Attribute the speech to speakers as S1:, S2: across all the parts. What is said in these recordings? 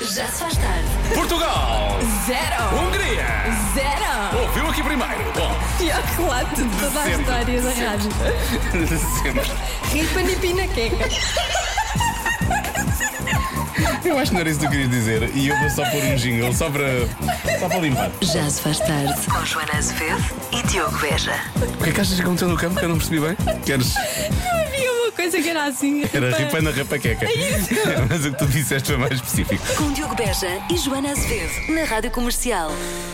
S1: Já se faz tarde.
S2: Portugal!
S1: Zero!
S2: Hungria!
S1: Zero!
S2: Ouviu aqui primeiro? Bom,
S1: Pior relato de toda a
S2: Sempre,
S1: história da
S2: sempre.
S1: rádio.
S2: sempre.
S1: Ripa Nipina Queca.
S2: Eu acho que não era isso que eu queria dizer e eu vou só pôr um jingle só para, só para limpar.
S1: Já se faz tarde.
S3: Com Joana Azevedo e Diogo Veja.
S2: O que é que achas que aconteceu no campo que eu não percebi bem? Queres?
S1: Não havia uma coisa que era assim.
S2: Era
S1: ripa-
S2: ripa na rapaqueca. Mas o que tu disseste foi mais específico.
S3: Com Diogo Beja e Joana Azevedo na Rádio Comercial.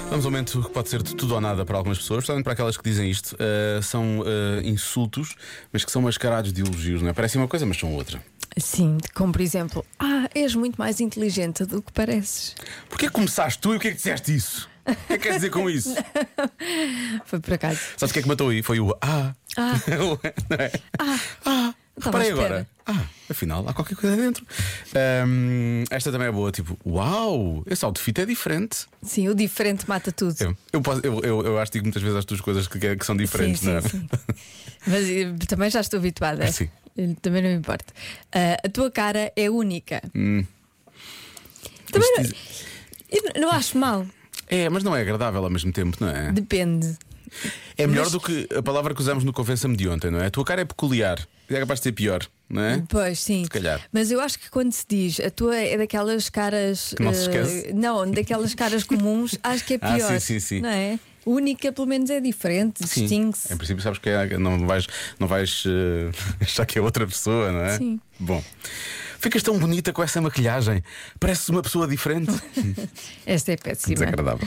S2: Vamos ao momento que pode ser de tudo ou nada para algumas pessoas, principalmente para aquelas que dizem isto. Ah, são ah, insultos, mas que são mascarados de elogios, não é? Parecem uma coisa, mas são outra.
S1: Sim, Assim, como por exemplo, ah, és muito mais inteligente do que pareces.
S2: Porquê que começaste tu e o que é que disseste isso? O que é que quer dizer com isso?
S1: Foi por acaso.
S2: Sabes o que é que matou aí? Foi o Ah.
S1: Ah.
S2: não é? Ah.
S1: Estava à
S2: Reparei
S1: Tá espera.
S2: agora. Ah, afinal, há qualquer coisa dentro. Ahm, esta também é boa, tipo, uau, esse outfit é diferente.
S1: Sim, o diferente mata tudo.
S2: Eu, eu, posso- eu, eu, eu acho que digo muitas vezes as duas coisas que, que são diferentes,
S1: sim,
S2: não é?
S1: sim, sim. Mas eh, também já estou habituada.
S2: Sim.
S1: Eh, Também não me importa. Ah, a tua cara é única. Também não,
S2: Hum. Mas
S1: eu não- não acho mal.
S2: É, mas não é agradável ao mesmo tempo, não é?
S1: Depende.
S2: É melhor
S1: mas-
S2: do que a palavra que usamos no Convença-me de ontem, não é? A tua cara é peculiar. É capaz de ser pior, não é?
S1: Pois, sim.
S2: Se calhar.
S1: Mas eu acho que quando se diz a tua é daquelas caras.
S2: Que não se
S1: eh,
S2: esquece.
S1: não, daquelas caras comuns, acho que é
S2: Ah,
S1: pior.
S2: sim, sim, sim.
S1: Não é? Única, pelo menos, é diferente,
S2: Sim.
S1: distingue-se.
S2: Em princípio, sabes que é- não vais, não vais eh, achar que é outra pessoa, não é?
S1: Sim.
S2: Bom, ficas tão bonita com essa maquilhagem. Pareces uma pessoa diferente.
S1: Esta é péssima.
S2: Desagradável.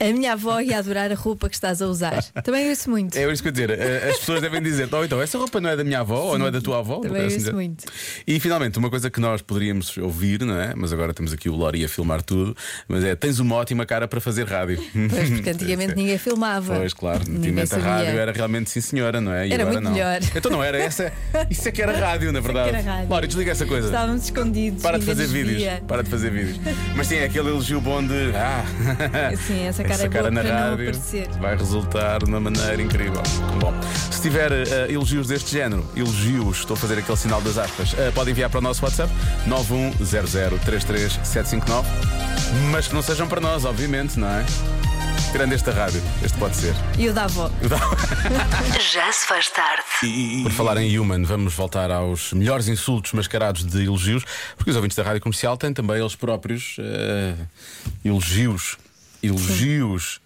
S1: A minha avó ia adorar a roupa que estás a usar. Também ouço muito.
S2: É isso que eu ia dizer. eh, As pessoas devem dizer: oh, então, essa roupa não é da minha avó ou não é da tua avó? Uma
S1: também
S2: coisa
S1: ouço
S2: assim.
S1: muito.
S2: E finalmente, uma coisa que nós poderíamos ouvir, não é? Mas agora temos aqui o Lori a filmar tudo. Mas é: tens uma ótima cara para fazer rádio.
S1: Pois, porque antigamente
S2: Sim, sim.
S1: ninguém filmava.
S2: Pois, claro,
S1: ninguém
S2: antigamente a
S1: sabia.
S2: rádio era realmente sim senhora, não é? E
S1: Era
S2: agora
S1: muito
S2: não.
S1: melhor.
S2: Então não era essa. Isso é que era rádio, na
S1: que
S2: verdade.
S1: era rádio.
S2: Laura, desliga essa coisa.
S1: Estávamos escondidos.
S2: Para de
S1: ninguém
S2: fazer
S1: nos
S2: vídeos.
S1: via.
S2: Para de fazer vídeos. Mas sim, é aquele elogio bom de. Ah,
S1: Sim, essa cara é boa
S2: na
S1: para não
S2: rádio
S1: aparecer.
S2: vai resultar de uma maneira incrível. Bom, se tiver eh, elogios deste género, elogios, estou a fazer aquele sinal das aspas, eh, pode enviar para o nosso WhatsApp 910033759. Mas que não sejam para nós, obviamente, não é? Tirando esta rádio, este pode ser.
S1: E o da avó.
S3: Já se faz tarde.
S2: Por falar em human, vamos voltar aos melhores insultos mascarados de elogios, porque os ouvintes da rádio comercial têm também eles próprios eh, elogios. Elogios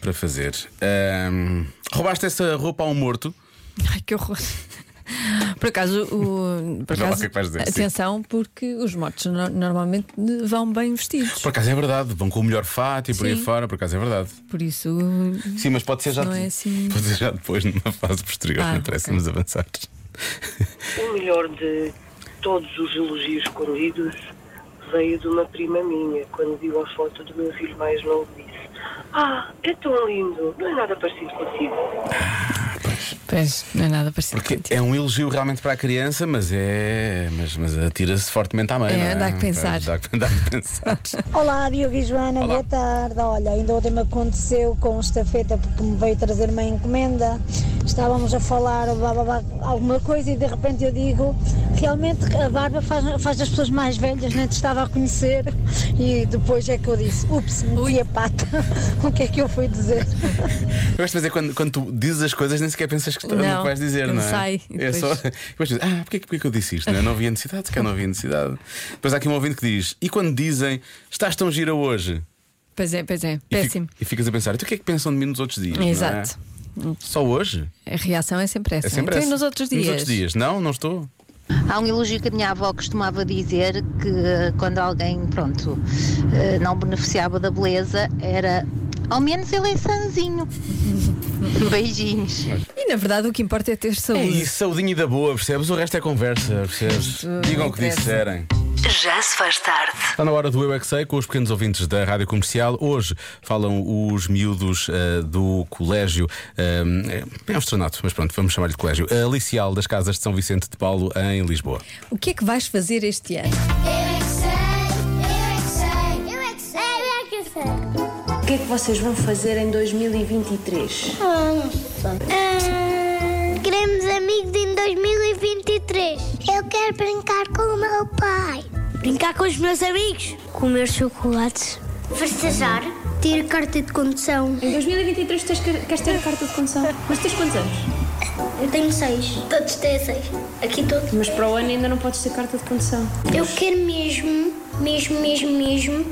S2: para fazer. Ahm, roubaste essa roupa a um morto?
S1: Ai, que horror. Por acaso, o, por
S2: Olha lá
S1: acaso
S2: o que é que vais dizer, sim.
S1: atenção, porque os mortos no- normalmente vão bem vestidos.
S2: Por acaso é verdade, vão com o melhor fato e por aí
S1: Sim.
S2: fora, por acaso é verdade.
S1: Por isso,
S2: Sim, mas pode ser já,
S1: Não é assim.
S2: pode ser já depois, numa fase posterior,
S1: Ah,
S2: não interessa
S1: ok.
S2: nos avançar.
S4: O melhor de todos os elogios corridos veio de uma prima minha, quando viu a foto do meu filho mais novo disse Ah, é tão lindo, não é nada parecido consigo.
S1: pois, não é nada parecido.
S2: Porque
S1: contigo.
S2: é um elogio realmente para a criança, mas é. Mas, mas atira-se fortemente à mãe.
S1: É,
S2: não é?
S1: dá que pensar.
S2: Dá, que- dá que pensar.
S5: Olá, Diogo e Joana,
S2: Olá.
S5: boa tarde. Olha, ainda ontem me aconteceu com estafeta porque me veio trazer uma encomenda. Estávamos a falar blá, blá, blá, alguma coisa e de repente eu digo: realmente a barba faz, faz as pessoas mais velhas, nem te estava a conhecer. E depois é que eu disse: ups, meti a pata. o que é que eu fui dizer?
S2: Eu gosto de fazer quando, quando tu dizes as coisas, nem sequer pensas que, no
S1: Não,
S2: que vais dizer, não,
S1: não
S2: é?
S1: sai, e
S2: É
S1: depois-
S2: só. Eu gosto de dizer, ah, porquê, porquê que eu disse isto? Não, é? não havia necessidade, se calhar não havia necessidade. Depois há aqui um ouvinte que diz: e quando dizem estás tão gira hoje?
S1: Pois é, pois é,
S2: E fico-
S1: péssimo.
S2: E, ficas a pensar: então o que é que pensam de mim nos outros dias? não é?
S1: Exato.
S2: Só hoje?
S1: A reação é sempre essa.
S2: É sempre
S1: então,
S2: essa.
S1: e nos outros dias?
S2: Nos outros dias. Não, não estou.
S6: Há um elogio que a minha avó costumava dizer que eh, quando alguém, pronto, eh, não beneficiava da beleza, era ao menos ele é sanzinho. Beijinhos.
S1: E na verdade o que importa é ter
S2: É
S1: saúde.
S2: isso, saudinho e da boa, percebes? O resto é conversa, percebes?
S1: Isso
S2: Digam o que
S1: interessa.
S2: disserem.
S3: Já se faz tarde.
S2: Está na hora do Eu é Que Sei, com os pequenos ouvintes da Rádio Comercial. Hoje falam os miúdos eh, do colégio. eh, é um estronato, mas pronto, vamos chamar-lhe de colégio. eh, Licial das Casas de São Vicente de Paulo, em Lisboa.
S1: O que é que vais fazer este ano?
S7: Eu é que sei, eu é que sei, eu é que sei, eu é que sei.
S8: O que é que vocês vão fazer em 2023?
S7: Ah, queremos amigos em 2023. Eu quero brincar com o meu pai. Brincar com os meus amigos. Comer chocolates. Festejar. Ter carta de condução.
S9: Em 2023 tens, que- queres ter a carta de condução? Mas tens quantos anos?
S7: Eu tenho seis. Todos têm seis. Aqui todos.
S9: Mas para o ano ainda não podes ter carta de condução.
S7: Eu quero mesmo, mesmo, mesmo, mesmo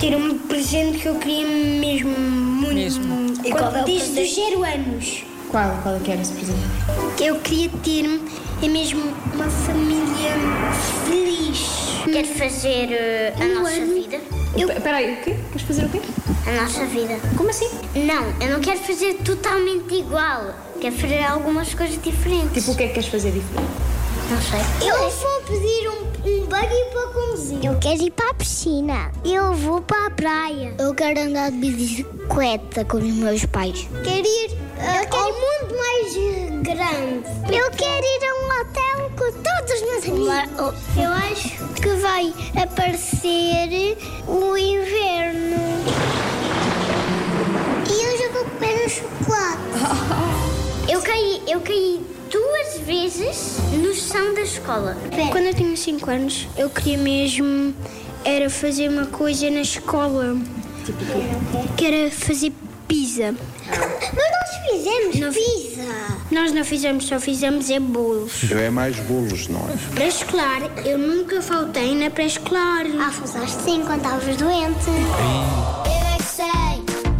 S7: ter um presente que eu queria mesmo muito. Mesmo. Desde os zero anos.
S9: Qual? Qual é que era esse presente?
S7: Eu queria ter é mesmo uma família feliz.
S10: Quero fazer eh, a
S7: Um
S10: nossa
S7: ano.
S10: vida.
S7: Eu-
S9: Espera aí, o quê? Queres fazer o quê?
S10: A nossa vida.
S9: Como assim?
S10: Não, eu não quero fazer totalmente igual. Quero fazer algumas coisas diferentes.
S9: Tipo, o que é que queres fazer diferente?
S10: não sei.
S7: Eu vou pedir um, um buggy para conduzir.
S10: Eu quero ir para a piscina.
S7: Eu vou para a praia. Eu quero andar de bicicleta com os meus pais. Quero ir eh, ao mundo mais grande. Eu quero ir a um hotel com todos os meus amigos. Eu acho que vai aparecer o inverno. E eu já vou comer um chocolate.
S10: Eu caí, eu caí duas vezes no chão da escola.
S7: Quando eu tinha 5 anos, eu queria mesmo era fazer uma coisa na escola. Que era fazer pizza. Ah. Mas nós fizemos pizza. Nós não fizemos, só fizemos é bolos.
S11: É mais bolos, não é?
S7: Pré-escolar, eu nunca faltei na pré-escolar. Ah, faltaste sim quando estavas doente.
S10: Eu é que sei,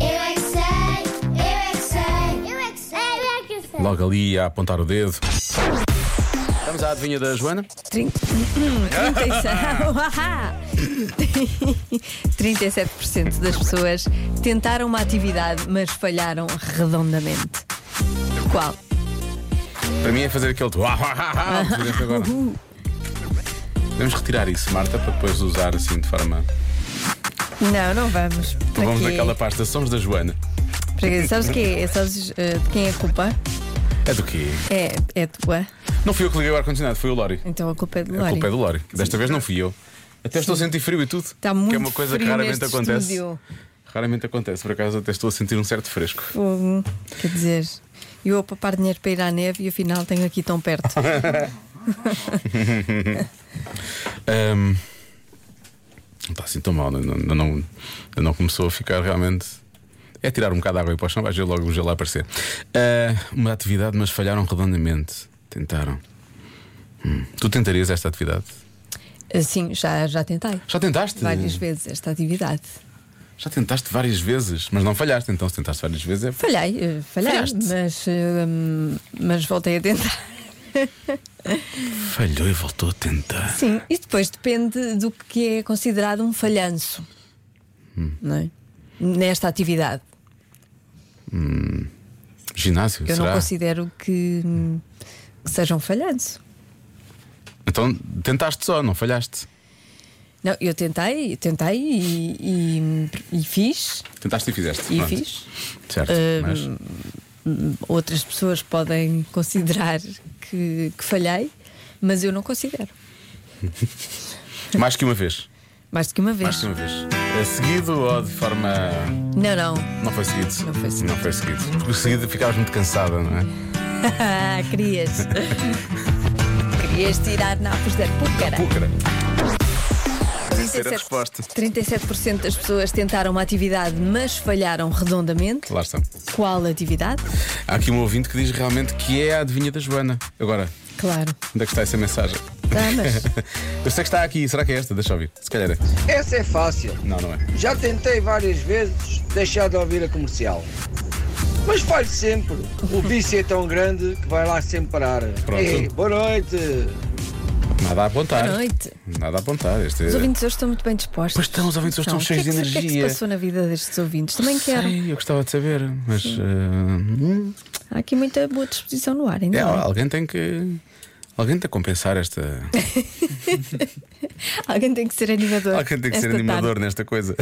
S10: eu é que sei, eu é que sei, eu é que sei, eu é que sei.
S2: Logo ali a apontar o dedo. Vamos à adivinha da Joana?
S1: 30, hum, 37, 37% das pessoas tentaram uma atividade, mas falharam redondamente. Qual?
S2: Para mim é fazer aquele. tu- Ah, ah, ah, ah, por exemplo, agora. Vamos retirar isso, Marta, para depois usar assim de forma.
S1: Não, não vamos. Para
S2: Então Vamos
S1: quê?
S2: naquela pasta, somos da Joana.
S1: Para quê? Sabes o quê? Sabes eh, de quem é a culpa?
S2: É do quê?
S1: É, é tua.
S2: Não fui eu que liguei o ar-condicionado, foi o Lori.
S1: Então a culpa é de
S2: A
S1: Lori.
S2: culpa é do Lori. Desta vez não fui eu. Até estou a sentir frio e tudo.
S1: Está Tá muito
S2: Que é uma coisa
S1: frio
S2: que raramente
S1: neste
S2: acontece.
S1: estúdio.
S2: Raramente acontece, por acaso até estou a sentir um certo fresco.
S1: Fogo. Quer dizer, eu a poupar dinheiro para ir à neve e afinal tenho aqui tão perto. Hum.
S2: Ahm, Hum, não está assim tão mal, ainda não, não, ainda não começou a ficar realmente. É tirar um bocado de água e para o chão, vai ver logo o gelo a aparecer. Ah, uma atividade, mas falharam redondamente. Tentaram. Hum, Tu tentarias esta atividade?
S1: Sim, Assim, já, já tentei.
S2: Já tentaste?
S1: Várias vezes esta atividade.
S2: Já tentaste várias vezes, mas não falhaste. Então, se tentaste várias vezes, é.
S1: Falhei, eh, falhei,
S2: Falhaste.
S1: mas, eh, hum, mas voltei a tentar.
S2: Falhou e voltou a tentar.
S1: Sim, e depois depende do que é considerado um falhanço
S2: Hum.
S1: não é? nesta atividade.
S2: Ginásio,
S1: Eu
S2: será?
S1: não considero que, hum, que seja um falhanço.
S2: Então, tentaste só, não falhaste.
S1: Não, eu tentei, tentei e, e, e fiz,
S2: Tentaste e fizeste.
S1: e
S2: Pronto.
S1: fiz.
S2: Certo. mas
S1: Outras pessoas podem considerar que, que falhei, mas eu não considero.
S2: mais que uma vez.
S1: Mais do que uma vez.
S2: Mais que uma vez. É seguido ou de forma.
S1: Não, não.
S2: Não foi seguido.
S1: Não foi seguido.
S2: Não foi seguido. Porque seguido ficavas muito cansada, não é?
S1: Ah, querias. querias tirar napos da púcara.
S2: Púcara. Ser a resposta.
S1: 37% das pessoas tentaram uma atividade, mas falharam redondamente.
S2: Lá está.
S1: Qual atividade?
S2: Há aqui um ouvinte que diz realmente que é a adivinha da Joana. Agora,
S1: Claro.
S2: onde é que está essa mensagem?
S1: Ah, mas-
S2: Eu sei que está aqui. Será que é esta? Deixa eu ouvir. Se calhar é.
S12: Essa é fácil.
S2: Não, não é.
S12: Já tentei várias vezes deixar de ouvir a comercial. Mas falho sempre. O vício é tão grande que vai lá sempre parar.
S2: Pronto.
S12: Ei, boa noite.
S2: Nada a apontar.
S1: Boa noite.
S2: Nada a apontar. Este
S1: Os
S2: é-
S1: ouvintes hoje estão muito bem dispostos.
S2: Pois estão, os ouvintes hoje
S1: Não,
S2: estão cheios
S1: o que é que se-
S2: de
S1: O que é que
S2: energia.
S1: se passou na vida destes ouvintes? Também quero.
S2: Sei, eu gostava de saber, mas eh,
S1: Há aqui muita boa disposição no ar, ainda.
S2: é,
S1: bem.
S2: alguém tem que. Alguém tem que compensar esta.
S1: Alguém tem que ser animador.
S2: Alguém tem que ser
S1: esta
S2: animador nesta coisa.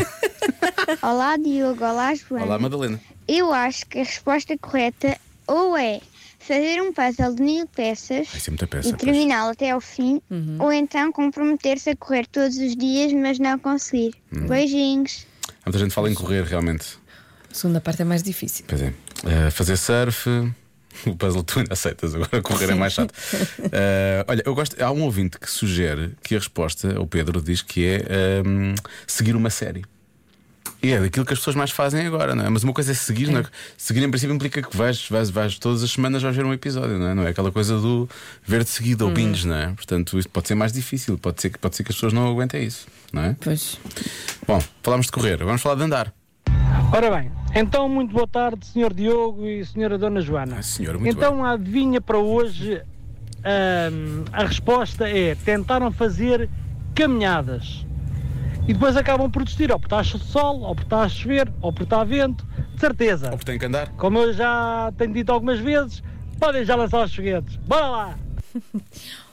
S10: Olá, Diogo. Olá,
S1: é?
S10: Joana.
S2: Olá, Madalena.
S10: Eu acho que a resposta correta ou é fazer um puzzle de mil peças
S2: Vai ser muita
S10: e
S2: peça. pois.
S10: terminá-lo até ao fim, ou então comprometer-se a correr todos os dias, mas não conseguir.
S2: Uhum.
S10: Beijinhos.
S2: Há muita gente que fala em correr, realmente.
S1: Tarde. A segunda parte é mais difícil.
S2: Pois é. Eh, fazer surf. O puzzle tu ainda aceitas, agora correr é mais chato. Ah, olha, eu gosto. Há um ouvinte que sugere que a resposta, o Pedro diz que é ahm, seguir uma série. E é daquilo que as pessoas mais fazem agora, não é? Mas uma coisa é seguir, não é? Seguir em princípio implica que vais, vais, vais todas as semanas vais ver um episódio, não é? Não é aquela coisa do ver de seguida ou
S1: Hum.
S2: binge, não é? Portanto, isso pode ser mais difícil, pode ser, que- pode ser que as pessoas não aguentem isso, não é?
S1: Pois.
S2: Bom, falámos de correr, vamos falar de andar.
S11: Ora bem, então muito boa tarde, Sr. Diogo e Sra. Dona Joana.
S2: senhora, muito
S11: então a adivinha para hoje, ahm, a resposta é tentaram fazer caminhadas e depois acabam por desistir, ou porque está sol, ou porque está a chover, ou porque está vento, de certeza. Ou
S2: porque tem que andar.
S11: Como eu já tenho dito algumas vezes, podem já lançar os foguetes. Bora lá!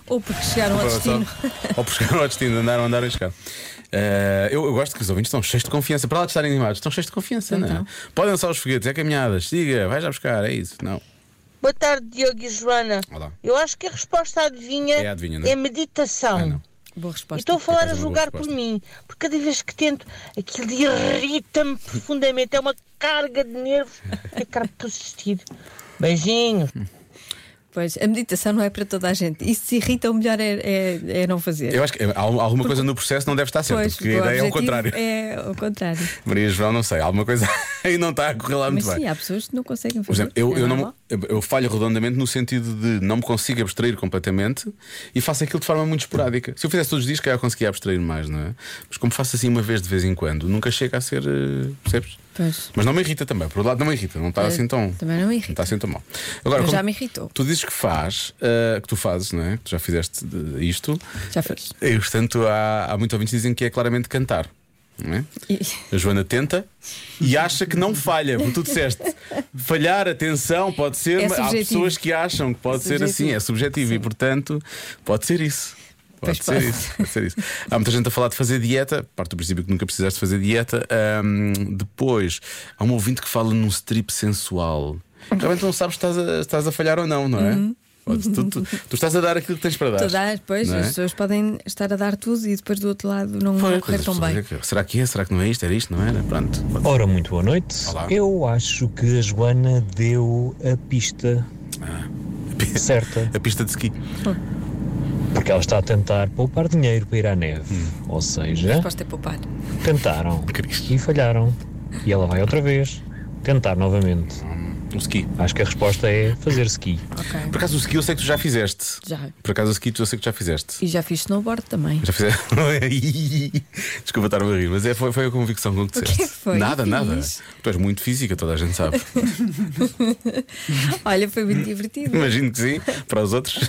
S1: Ou porque chegaram ao
S2: Ou
S1: destino.
S2: só- Ou buscar ao destino, andaram, andaram e chegaram. Eh, eu, eu gosto que os ouvintes estão cheios de confiança. Para lá de estarem animados, estão cheios de confiança, não é?
S1: Então.
S2: Podem lançar os foguetes, é caminhadas, siga, vais já buscar, é isso. Não.
S13: Boa tarde, Diogo e Joana.
S2: Olá.
S13: Eu acho que a resposta adivinha
S2: É a adivinha, não é?
S13: é
S1: Então.
S13: meditação.
S1: Boa
S13: e
S1: resposta.
S13: estou
S6: Então-
S13: a falar
S1: Por
S13: a
S1: acaso é uma
S13: julgar
S1: boa
S13: por
S1: resposta.
S13: mim, porque cada vez que tento, aquilo irrita-me profundamente. É uma carga de nervos é que acaba por desistir. Beijinho.
S1: Pois, a meditação não é para toda a gente. E se irrita, o melhor é, é, é não fazer.
S2: Eu acho que há al- alguma coisa no processo não deve estar certa,
S1: Pois,
S2: porque a
S1: o
S2: ideia é o
S1: objetivo
S2: contrário.
S1: É o contrário.
S2: Maria João, não sei, alguma coisa aí não está a correr lá
S1: Mas
S2: muito bem.
S1: sim, há pessoas que não conseguem
S2: Por
S1: fazer.
S2: exemplo, eu,
S1: é
S2: eu, não,
S1: normal.
S2: eu eu falho redondamente no sentido de não me consigo abstrair completamente e faço aquilo de forma muito esporádica. Se eu fizesse todos os dias, calhar eu conseguia abstrair mais, não é? Mas como faço assim uma vez de vez em quando, nunca chega a ser. eh, Percebes?
S1: Pois.
S2: Mas não me irrita também, por outro lado, não me irrita, não está
S1: Pois,
S2: assim tão.
S1: Também não me irrita.
S2: Está assim tão mal. Agora,
S1: Mas já
S2: como
S1: me irritou.
S2: Tu dizes que faz, eh, que tu fazes, não é? Que tu já fizeste de- isto.
S1: Já fiz.
S2: E, portanto, há, há muitos ouvintes que dizem que é claramente cantar. Não é?
S1: E-
S2: A Joana tenta e acha que não falha, porque tu disseste falhar, atenção, pode ser,
S1: É
S2: mas há
S1: subjetivo.
S2: pessoas que acham que pode ser assim,
S1: Subjetivo.
S2: é subjetivo e, portanto, pode ser isso. Pode
S1: Pois
S2: ser,
S1: pode.
S2: Isso, pode ser isso. Há muita gente a falar de fazer dieta, parte do princípio que nunca precisaste fazer dieta. Ahm, depois, há um ouvinte que fala num strip sensual. Realmente não sabes se estás a, estás a falhar ou não, não é?
S1: Uhum.
S2: Ou se Tu, tu- tu estás a dar aquilo que tens para dar.
S1: Tu dás, pois,
S2: não é?
S1: as pessoas podem estar a dar tudo e depois do outro lado não, não correr
S2: Pois,
S1: tão
S2: as
S1: bem.
S2: pessoas- Será que é? Será que não é isto? Era isto, não era? Pronto.
S14: Ora, muito boa noite. Eu acho que a Joana deu a pista certa.
S2: Ah, A pista de ski.
S14: Porque ela está a tentar poupar dinheiro para ir à neve. Ou
S1: A
S14: seja,
S1: resposta é poupar.
S14: tentaram e falharam. E ela vai outra vez tentar novamente.
S2: Hum, O ski.
S14: Acho que a resposta é fazer ski.
S2: Por acaso o ski eu sei que tu já fizeste.
S1: Já.
S2: Por acaso o ski tu eu sei que já fizeste.
S1: E já fiz snowboard também.
S2: Já fizeste. Desculpa estar-me a rir, mas é, foi, foi a convicção com que
S1: O que
S2: disseste.
S1: foi?
S2: Nada,
S1: Fiz.
S2: nada. Tu és muito física, toda a gente sabe.
S1: Olha, foi muito divertido.
S2: Imagino que sim, para os outros.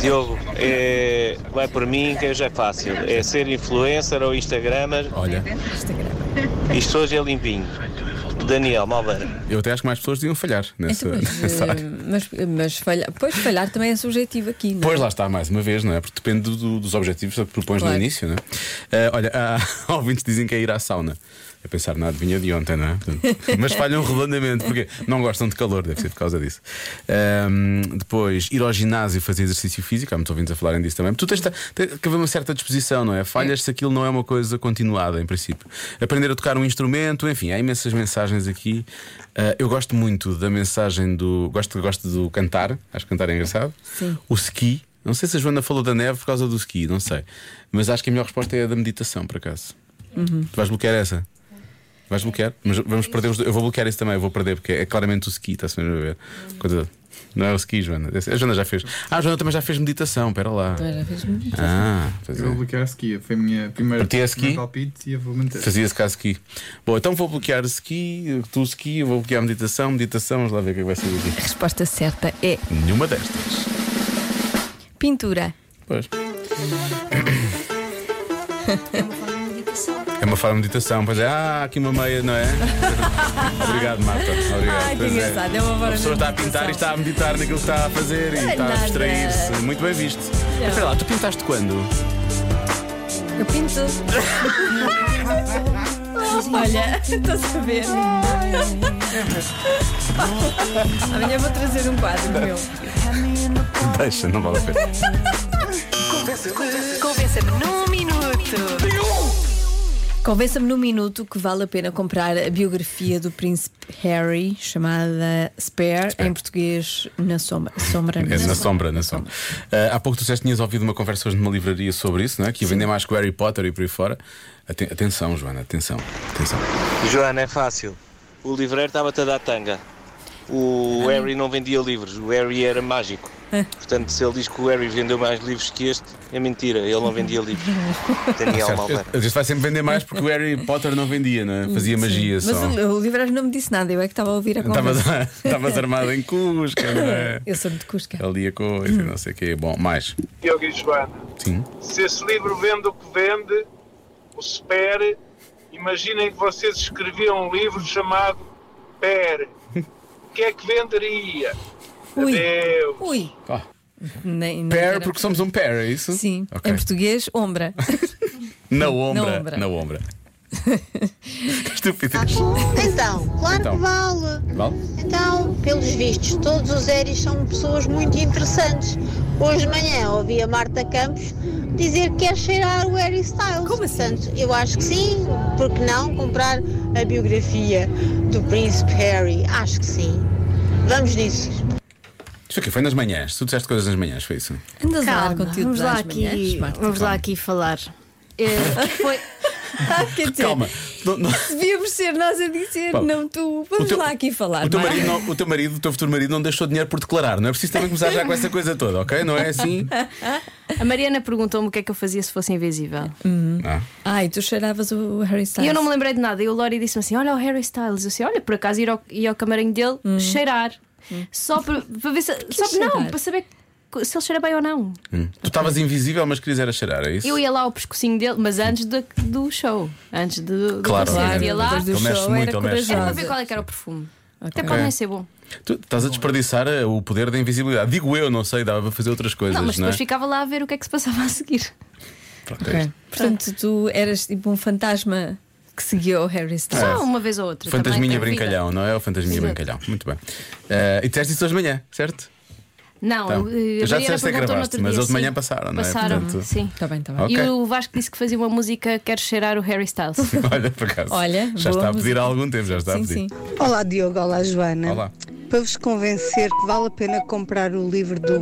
S15: Diogo, é, vai por mim que já é fácil. É ser influencer ou instagramer.
S2: Olha.
S15: Isto hoje é limpinho. Daniel Malveira.
S2: Eu até acho que mais pessoas deviam falhar nessa,
S1: Então, mas,
S2: nessa área.
S1: eh, mas, mas falhar, pois falhar também é subjetivo aqui, não é?
S2: Pois lá está, mais uma vez, não é? Porque depende do- dos objetivos que propões
S1: Claro.
S2: no início, não é? Ah, olha, há ouvintes que dizem que é ir à sauna. A pensar na adivinha de ontem, não é? Portanto, Mas falham redondamente, porque não gostam de calor, deve ser por causa disso. Ahm, depois, ir ao ginásio fazer exercício físico, há muitos ouvintes a falarem disso também. Tu tens, de- tem que haver uma certa disposição, não é? Falhas se aquilo não é uma coisa continuada, em princípio. Aprender a tocar um instrumento, enfim, há imensas mensagens aqui. Ah, eu gosto muito da mensagem do. Gosto, gosto do cantar, acho que cantar é engraçado.
S1: Sim.
S2: O ski. Não sei se a Joana falou da neve por causa do ski, não sei. Mas acho que a melhor resposta é a da meditação, por acaso.
S1: Uhum.
S2: Tu vais bloquear essa? Vais bloquear? Mas vamos perder os dois. Eu vou bloquear isso também, eu vou perder, porque é claramente o ski, está-se mesmo a ver. Coisa- Não é o ski, Joana. A Joana já fez. Ah, a Joana também já fez meditação, pera lá.
S16: Também já fez
S1: meditação.
S2: Ah, pois
S16: Eu
S2: é.
S16: vou bloquear a ski, foi a minha primeira.
S2: Para ti é ski?
S16: primeiro palpite e eu vou manter.
S2: Fazia-se cá ski. Bom, então vou bloquear ski, tu ski, eu vou bloquear meditação, meditação, vamos lá ver o que é que vai sair
S1: A
S2: aqui.
S1: resposta certa é
S2: Nenhuma destas.
S1: pintura.
S2: Pois. É uma forma de meditação, pois é. Ah, aqui uma meia, não é? Obrigado, Marta. Obrigado.
S1: Ai, que
S2: Pois é.
S1: engraçado, é uma forma
S2: A pessoa
S1: de
S2: está a pintar e está a meditar naquilo que está a fazer e
S1: Não é
S2: está a
S1: nada. É.
S2: distrair-se. Muito bem visto. Mas espera lá, tu pintaste quando?
S1: Eu pinto. Olha, estou a saber. Amanhã vou trazer um quadro meu.
S2: Deixa, não vale a pena.
S3: Convença-me num minuto.
S1: Convença-me num minuto que vale a pena comprar a biografia do príncipe Harry, chamada Spare, em português na sombra. sombra
S2: É, na sombra, na sombra. Ah, há pouco tu disseste que tinhas ouvido uma conversa hoje numa livraria sobre isso, não é? Que ia vender mais que o Harry Potter e por aí fora. Aten- atenção, Joana, atenção, atenção.
S11: Joana, é fácil. O livreiro estava-te a dar tanga. O Harry não vendia livros, o Harry era mágico. Portanto, se ele diz que o Harry vendeu mais livros que este, é mentira, ele não vendia livros. Daniel
S2: Certo.
S11: Malver.
S2: A gente vai sempre vender mais porque o Harry Potter não vendia, não é? Fazia magia
S1: Mas
S2: só.
S1: o, o livreiro não me disse nada, eu é que estava a ouvir a
S2: Estavas-
S1: conversa.
S2: Estavas armado em Cusca, não é?
S1: Eu sou de Cusca.
S2: Ele ia coisa, e não sei o quê. Bom, mais.
S17: Diogo e Joana.
S2: Sim.
S17: Se esse livro vende o que vende, o SPER, imaginem que vocês escreviam um livro chamado PER. O que é que venderia?
S1: Ui.
S17: Adeus.
S1: Ui.
S2: Ah.
S1: Nem, nem
S2: Pair,
S1: era-
S2: porque somos um pair, é isso?
S1: Sim.
S2: Ok.
S1: Em português, ombra.
S2: Na ombra.
S1: Na ombra.
S2: Na ombra. Estupidez.
S6: Então, claro
S2: Então.
S6: que vale.
S2: Vale?
S6: Então, pelos vistos, todos os Eris são pessoas muito interessantes. Hoje de manhã ouvi a Marta Campos dizer que quer cheirar o Harry Styles. Como assim? Portanto, eu acho que sim. Porque não comprar a biografia do Príncipe Harry? Acho que sim. Vamos nisso.
S2: Isto aqui foi nas manhãs. Tu disseste coisas nas manhãs, foi isso?
S1: Andas
S18: Calma,
S1: a dar conteúdo
S18: vamos
S1: das
S18: lá aqui,
S1: manhãs, Marta,
S18: Vamos lá aqui falar. Eh, foi.
S1: Ah, Quer dizer,
S2: Calma. Não- não-
S1: Devíamos ser nós a dizer,
S2: Pá,
S1: não tu. Vamos
S2: teu-
S1: lá aqui falar.
S2: O teu,
S1: não é?
S2: marido não- o teu marido, o teu futuro marido, não deixou dinheiro por declarar. Não é preciso também começar já com essa coisa toda, ok? Não é assim?
S18: A Mariana perguntou-me o que é que eu fazia se fosse invisível.
S2: Ah.
S1: Ai, tu cheiravas o Harry Styles.
S18: E eu não me lembrei de nada. E o Lori disse-me assim: Olha o Harry Styles. Eu disse: Olha, por acaso ir ao, ir ao camarim dele cheirar. Só para, para ver se. Só, não,
S1: cheirar?
S18: para saber co- se ele cheira bem ou não.
S2: Hum. Tu estavas invisível, mas querias era cheirar, é isso?
S18: Eu ia lá ao pescocinho dele, mas antes do, do show. Antes do, do
S2: Claro,
S18: concerto.
S2: claro.
S18: Ia lá.
S2: Mas do Ele mexe show muito, era ele mexe corajosa.
S18: Era para ver qual é que era o perfume. Até
S2: Ok.
S18: pode nem ser bom.
S2: Tu estás a desperdiçar eh, o poder da invisibilidade. Digo eu, não sei, dava para fazer outras coisas,
S18: não, mas
S2: não é?
S18: depois ficava lá a ver o que é que se passava a seguir.
S2: Pronto, é
S1: Ok.
S2: isto.
S1: Portanto, tu eras tipo um fantasma que seguiu o Harry Styles.
S2: Só
S18: uma vez ou outra.
S2: Fantasminha brincalhão, não é? O fantasminha
S18: Exato.
S2: brincalhão. Muito bem. Eh, e disseste isso hoje de manhã, certo?
S18: Não,
S2: Então,
S18: eu- eu-
S2: já disseste
S18: a Mariana
S2: que
S18: perguntou-me
S2: gravaste,
S18: outro
S2: mas
S18: dia,
S2: eles de manhã
S18: sim.
S2: passaram, não é?
S18: Passaram,
S2: Portanto,
S18: sim. Tá bem, tá
S2: bem. Ok.
S18: E o Vasco disse que fazia uma música Quero Cheirar o Harry Styles.
S2: Olha, por acaso.
S18: Olha,
S2: já
S18: boa
S2: está a pedir há algum tempo, já está a pedir.
S5: Olá Diogo, olá Joana.
S2: Olá.
S5: Para vos convencer que vale a pena comprar o livro do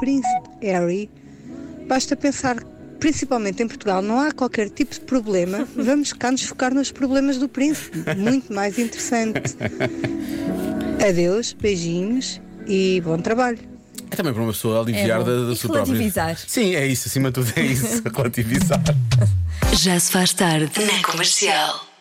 S5: Príncipe Harry, basta pensar que, principalmente em Portugal, não há qualquer tipo de problema. Vamos cá nos focar nos problemas do príncipe. Muito mais interessante. Adeus, beijinhos e bom trabalho.
S2: É também para uma pessoa aliviar
S5: É bom.
S2: da, da
S5: E
S2: sua própria.
S5: relativizar.
S2: Sim, é isso, acima de tudo é isso, relativizar.
S3: Já se faz tarde na comercial.